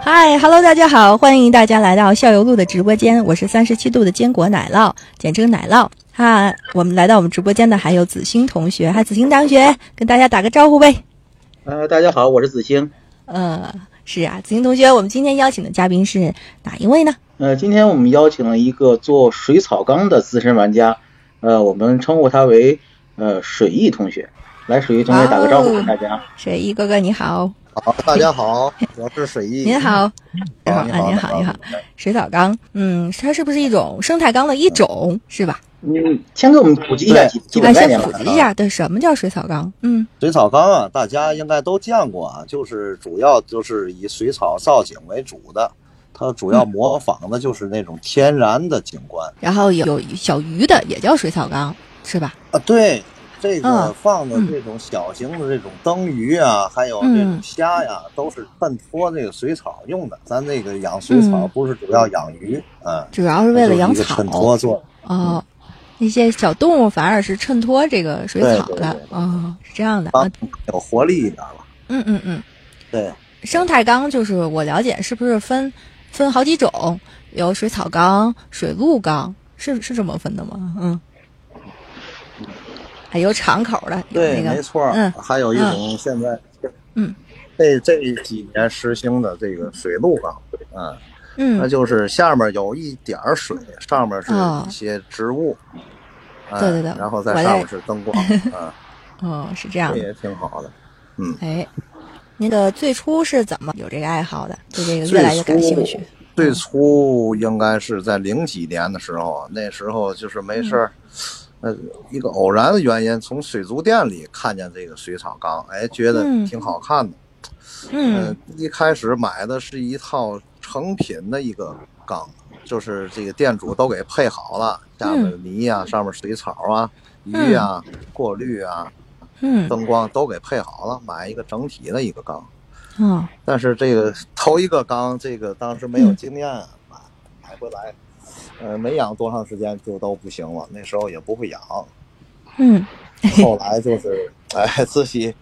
嗨哈喽，大家好，欢迎大家来到校游路的直播间，我是三十七度的坚果奶酪，简称奶酪。哈，我们来到我们直播间的还有子欣同学，嗨，子欣同学，跟大家打个招呼呗。呃，大家好，我是子星。呃，是啊，子欣同学，我们今天邀请的嘉宾是哪一位呢？呃，今天我们邀请了一个做水草缸的资深玩家，呃，我们称呼他为呃水翼同学。来，水翼同学打个招呼跟大家。水一哥哥你好，好，大家好，我是水翼。您好，哎你啊，您好，您好，。水草缸，嗯，它是不是一种生态缸的一种，是吧？嗯，先给我们普及一下基基啊，本概先念吧普。及一下，对，什么叫水草缸？嗯，水草缸啊，大家应该都见过啊，就是主要就是以水草造景为主的，它主要模仿的就是那种天然的景观然后有有小鱼的也叫水草缸，是吧？啊。对，这嗯个放的嗯这种小型的这种灯鱼啊，还有这种嗯虾呀，都是奔托这个水草用的。咱这个养水草嗯不是主要养鱼啊，主要是为了养就是一个草衬托做的。哦。那些小动物反而是衬托这个水草对对的对对哦，是这样的啊啊，有活力一点了。嗯嗯嗯，对，生态缸就是我了解是不是分分好几种，有水草缸、水陆缸，是是这么分的吗？嗯，还有敞口的，有对，那个没错儿。嗯还有一嗯种现在，嗯，这这几年实行的这个水路啊，嗯，那嗯，就是下面有一点儿水，上面是哦一些植物，嗯对对对然后在我上在面是灯 光，啊，哦，是这样这的。也挺好的。哎，那个最初是怎么有这个爱好的？对这个最越来越感兴趣嗯初。最初应该是在零几年的时候，啊那时候就是没事儿，嗯呃，一个偶然的原因，从水族店里看见这个水草缸，哎，觉得嗯挺好看的。嗯嗯，一开始买的是一套成品的一个缸，就是这个店主都给配好了，下面泥呀、上面水草啊、鱼呀、过滤啊、嗯灯光都给配好了，买一个整体的一个缸。嗯哦但是这个头一个缸，这个当时没有经验啊，买买回来，呃，没养多长时间就都不行了，那时候也不会养，嗯后来就是，哎，自己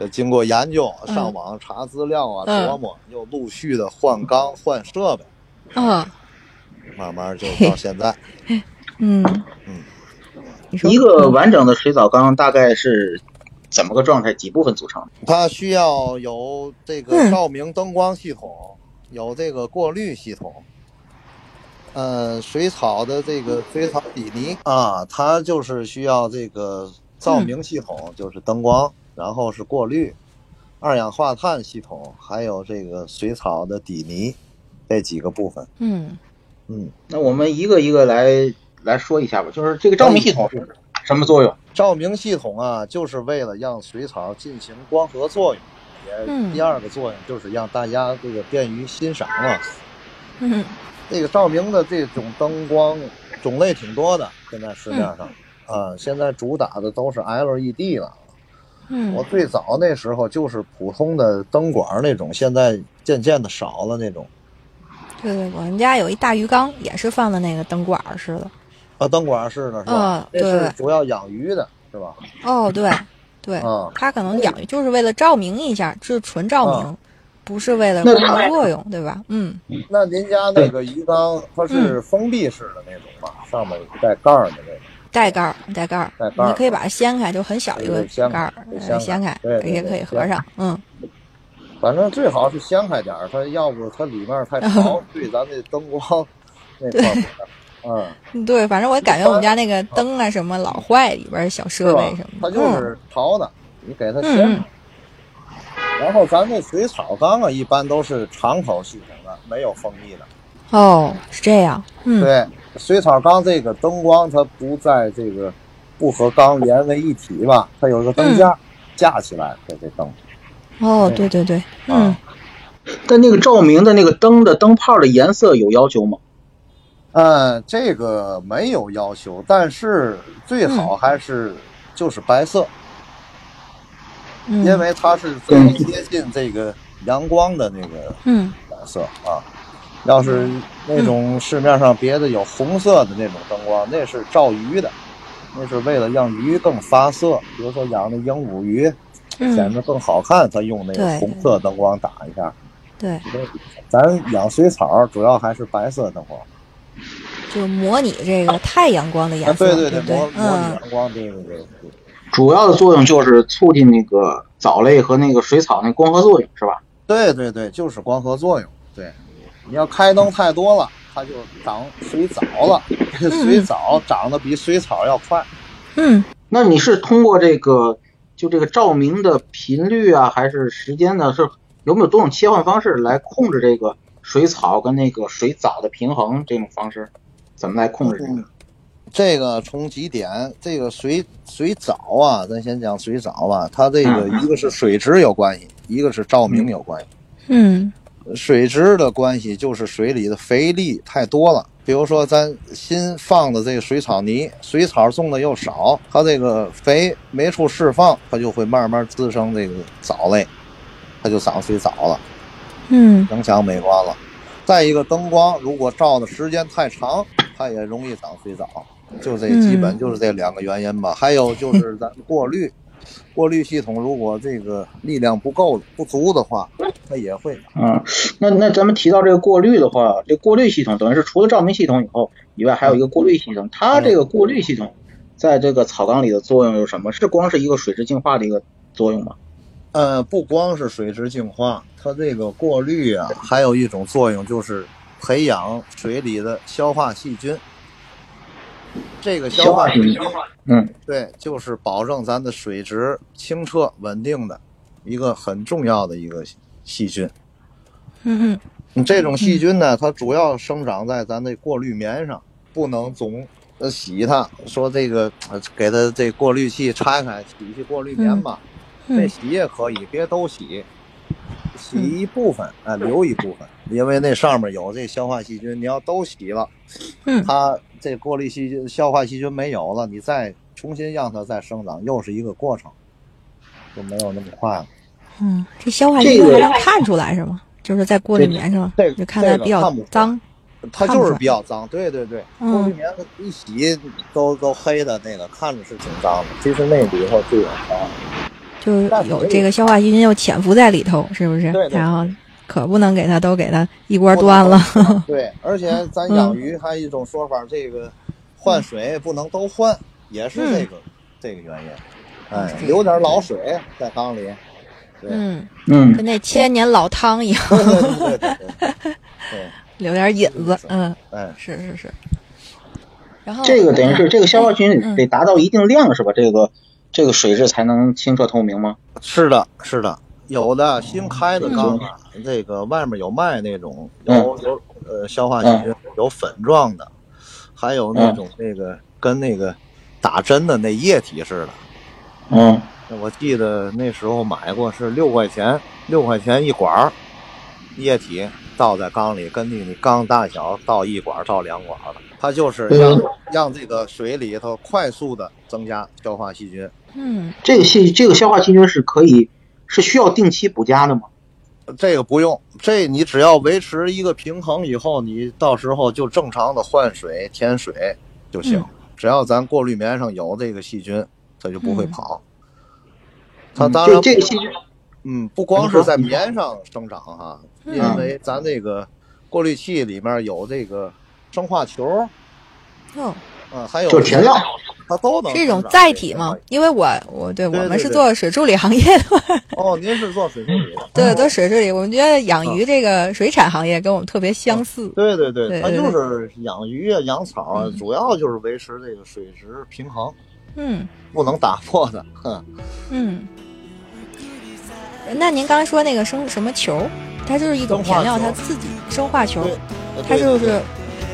呃经过研究，上网查资料啊，嗯琢磨，又陆续的换缸、换设备，哦慢慢就到现在。嗯嗯你说一个完整的水草缸大概是怎么个状态？几部分组成？它需要有这嗯个照明灯光系统，有这个过滤系统，呃，水草的这个水草底泥啊，它就是需要这个照明系统，就是灯光，然后是过滤，二氧化碳系统，还有这个水草的底泥这几个部分。嗯嗯，那我们一个一个来来说一下吧。就是这个照明系统是什么作用？照明系统啊，就是为了让水草进行光合作嗯用。也第二个作用就是让大家这个便于欣赏了、嗯这个照明的这种灯光种类挺多的，现在市面上，啊，现在主打的都是 LED 了。嗯我最早那时候就是普通的灯管那种，现在渐渐的少了那种。对对，我们家有一大鱼缸，也是放的那个灯管儿似的。啊，灯管是的，是吧？嗯那对是主要养鱼的，是吧？哦，对对啊，它可能养就是为了照明一下，就是纯照明啊，不是为了那光它合作用，对吧？嗯，那您家那个鱼缸它是封闭式的那种吧？上面带盖儿的那种。带盖儿，带盖儿，带盖儿啊你可以把它掀开，就很小一个对掀盖儿，开呃掀掀开开对，对也对可以合掀上。嗯，反正最好是掀开点儿，它要不它里面太 潮，对咱这灯光那块儿不好，嗯。对，反正我感觉我们家那个灯啊什么老坏，里边儿小设是嗯吧备什？么它的。就嗯是刨的，你给它切嗯嗯上。然后咱这水草缸啊，一般都是敞口系统的，没有封闭的。哦，是这样。嗯对，水草缸这个灯光它不在这个嗯不和缸连为一体吧，它有一个灯架架起来的这灯，哦，对对对，嗯啊，但那个照明的那个灯的灯泡的颜色有要求吗？嗯，这个没有要求，但是最好还是就是白色，嗯因为它是最接近这个阳光的那个嗯颜色啊。要是那种市面上别的有红色的那种灯光，那是照鱼的，那是为了让鱼更发色。比如说养的鹦鹉鱼，显嗯，得更好看，它用那对个红色灯光打一下。对，咱养水草主要还是白色灯光。就模拟这个太阳光的啊颜，色，对对对，不模模拟嗯阳光，对对对。对主要的作用就是促进那个藻类和那个水草那光合作用，是吧？对对对，就是光合作用。对，你要开灯太多了，它就长水藻了。水藻长得比水草要快。嗯，那你是通过这个就这个照明的频率啊，还是时间呢？是有没有多种切换方式来控制这个水草跟那个水藻的平衡这种方式？怎么来控制这个？这个从几点？这个水水藻啊，咱先讲水藻吧。它这个嗯一个是水质有关系，一个是照明有关系。嗯水质的关系就是水里的肥力太多了。比如说咱新放的这个水草泥，水草种的又少，它这个肥没处释放，它就会慢慢滋生这个藻类，它就长水藻了，嗯影响美观了。再一个，灯光如果照的时间太长，它也容易长水藻。就这基本嗯就是这两个原因吧。还有就是咱过滤，过滤系统如果这个力量不够不足的话，它也会长。嗯，那那咱们提到这个过滤的话，这过滤系统等于是除了照明系统以后以外，还有一个过滤系统。它这个过滤系统在这个草缸里的作用有什么？是光是一个水质净化的一个作用吗？呃，不光是水质净化，它这个过滤啊，还有一种作用就是培养水里的消化细菌。这个消化细菌消，嗯，对，就是保证咱的水质清澈稳定的一个很重要的一个细菌。嗯嗯嗯这种细菌呢，它主要生长在咱的过滤棉上，不能总呃洗它，说这个呃给它这过滤器拆开洗洗过滤棉吧。这嗯洗也可以，别都洗，洗一部分，啊，留一部分，因为那上面有这消化细菌，你要都洗了，嗯它这过滤细菌、消化细菌没有了，你再重新让它再生长，又是一个过程，就没有那么快了。嗯，这消化细菌还能看出来是吗？就是在过滤棉上这个，就看它比较脏。它看不就出是来比较脏，对对对，嗯过滤棉一洗都都黑的那个，看着是挺脏的，其实那里头就有脏。就是有这个消化细菌又潜伏在里头，是不是？对对然后可不能给它都给它一锅端了。对，而且咱养鱼还有一种说法，这个换水不能都换，也是这个、这个原因。哎，留点老水在缸里。对嗯，嗯，跟那千年老汤一样，对对对对对对，留点引子。嗯，哎，是是是。然后这个等于是这个消化菌嗯得达到一定量是吧？这个这个水质才能清澈透明吗？是的，是的。有的新开的缸啊，这个外面有卖那种有有呃消化细菌，有粉状的，还有那种那个跟那个打针的那液体似的。嗯，我记得那时候买过是六块钱，六块钱一管儿，液体倒在缸里，根据你缸大小倒一管儿倒两管儿的，它就是让、嗯让这个水里头快速的增加消化细菌。嗯这个细这个消化细菌是可以是需要定期补加的吗？这个不用，这你只要维持一个平衡以后，你到时候就正常的换水、添水就行。嗯只要咱过滤棉上有这个细菌，它就不会嗯跑。它嗯当这然这个不细菌，嗯，不光是在棉上生长哈、嗯因为咱这个过滤器里面有这个生化球，哟，嗯，还有就是填料，它都能哦是一种生长载体吗？？因为我我对我对对们是对做水处理行业的，哦，您是做水处理的？对，哦做水处理，我们觉得养鱼这个水产行业跟我们特别相似。对对对对它对对就是养鱼啊、养草啊嗯，主要就是维持这个水质平衡，嗯不能打破的。哼，嗯。那您刚才说那个生什么球，它就是一种生化填料，球它自己生化球，对，它就是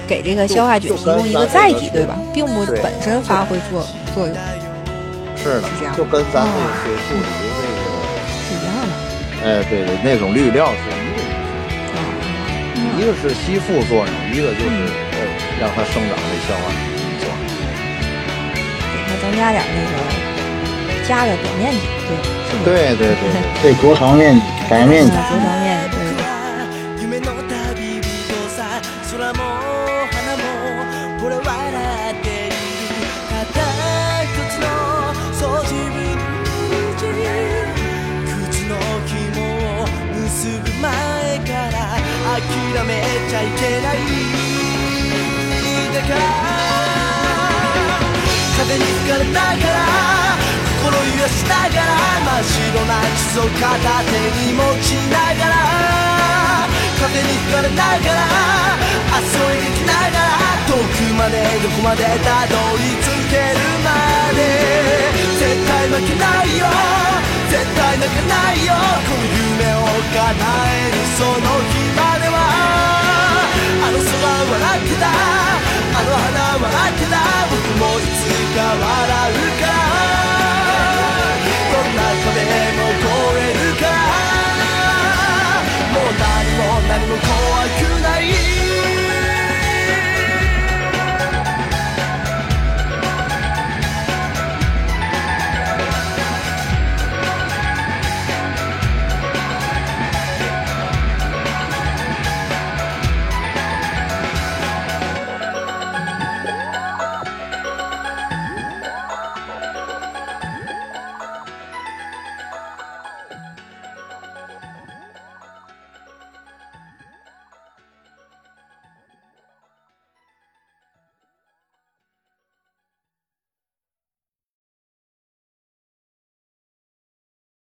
给这个消化菌就提供一个就跟咱载这个体，对吧？并不对本身发挥作作用是的是这样，就跟咱这哦个水处理这个是一样的。哎，哎，对对，那种滤料是一个啊，一个是吸附作用，一个就是呃让它生长这消化作用。给它增加点那个加的表面积，对，是的，对对对，对对，着床面积、白面积，啊着床面积，对，夢の旅人さ空も花もこれ笑っているただ一つのそう自分に口の紐を結ぶ前から諦めちゃいけないだから風に吹かれながら心揺らしながら真っ白な地図を片手に持ちながら風に吹かれながら明日を描きながら遠くまでどこまでたどり着けるまで絶対負けないよ絶対泣かないよこの夢を叶えるその日まではあの空笑ってたあの花笑ってた僕もいつか笑うから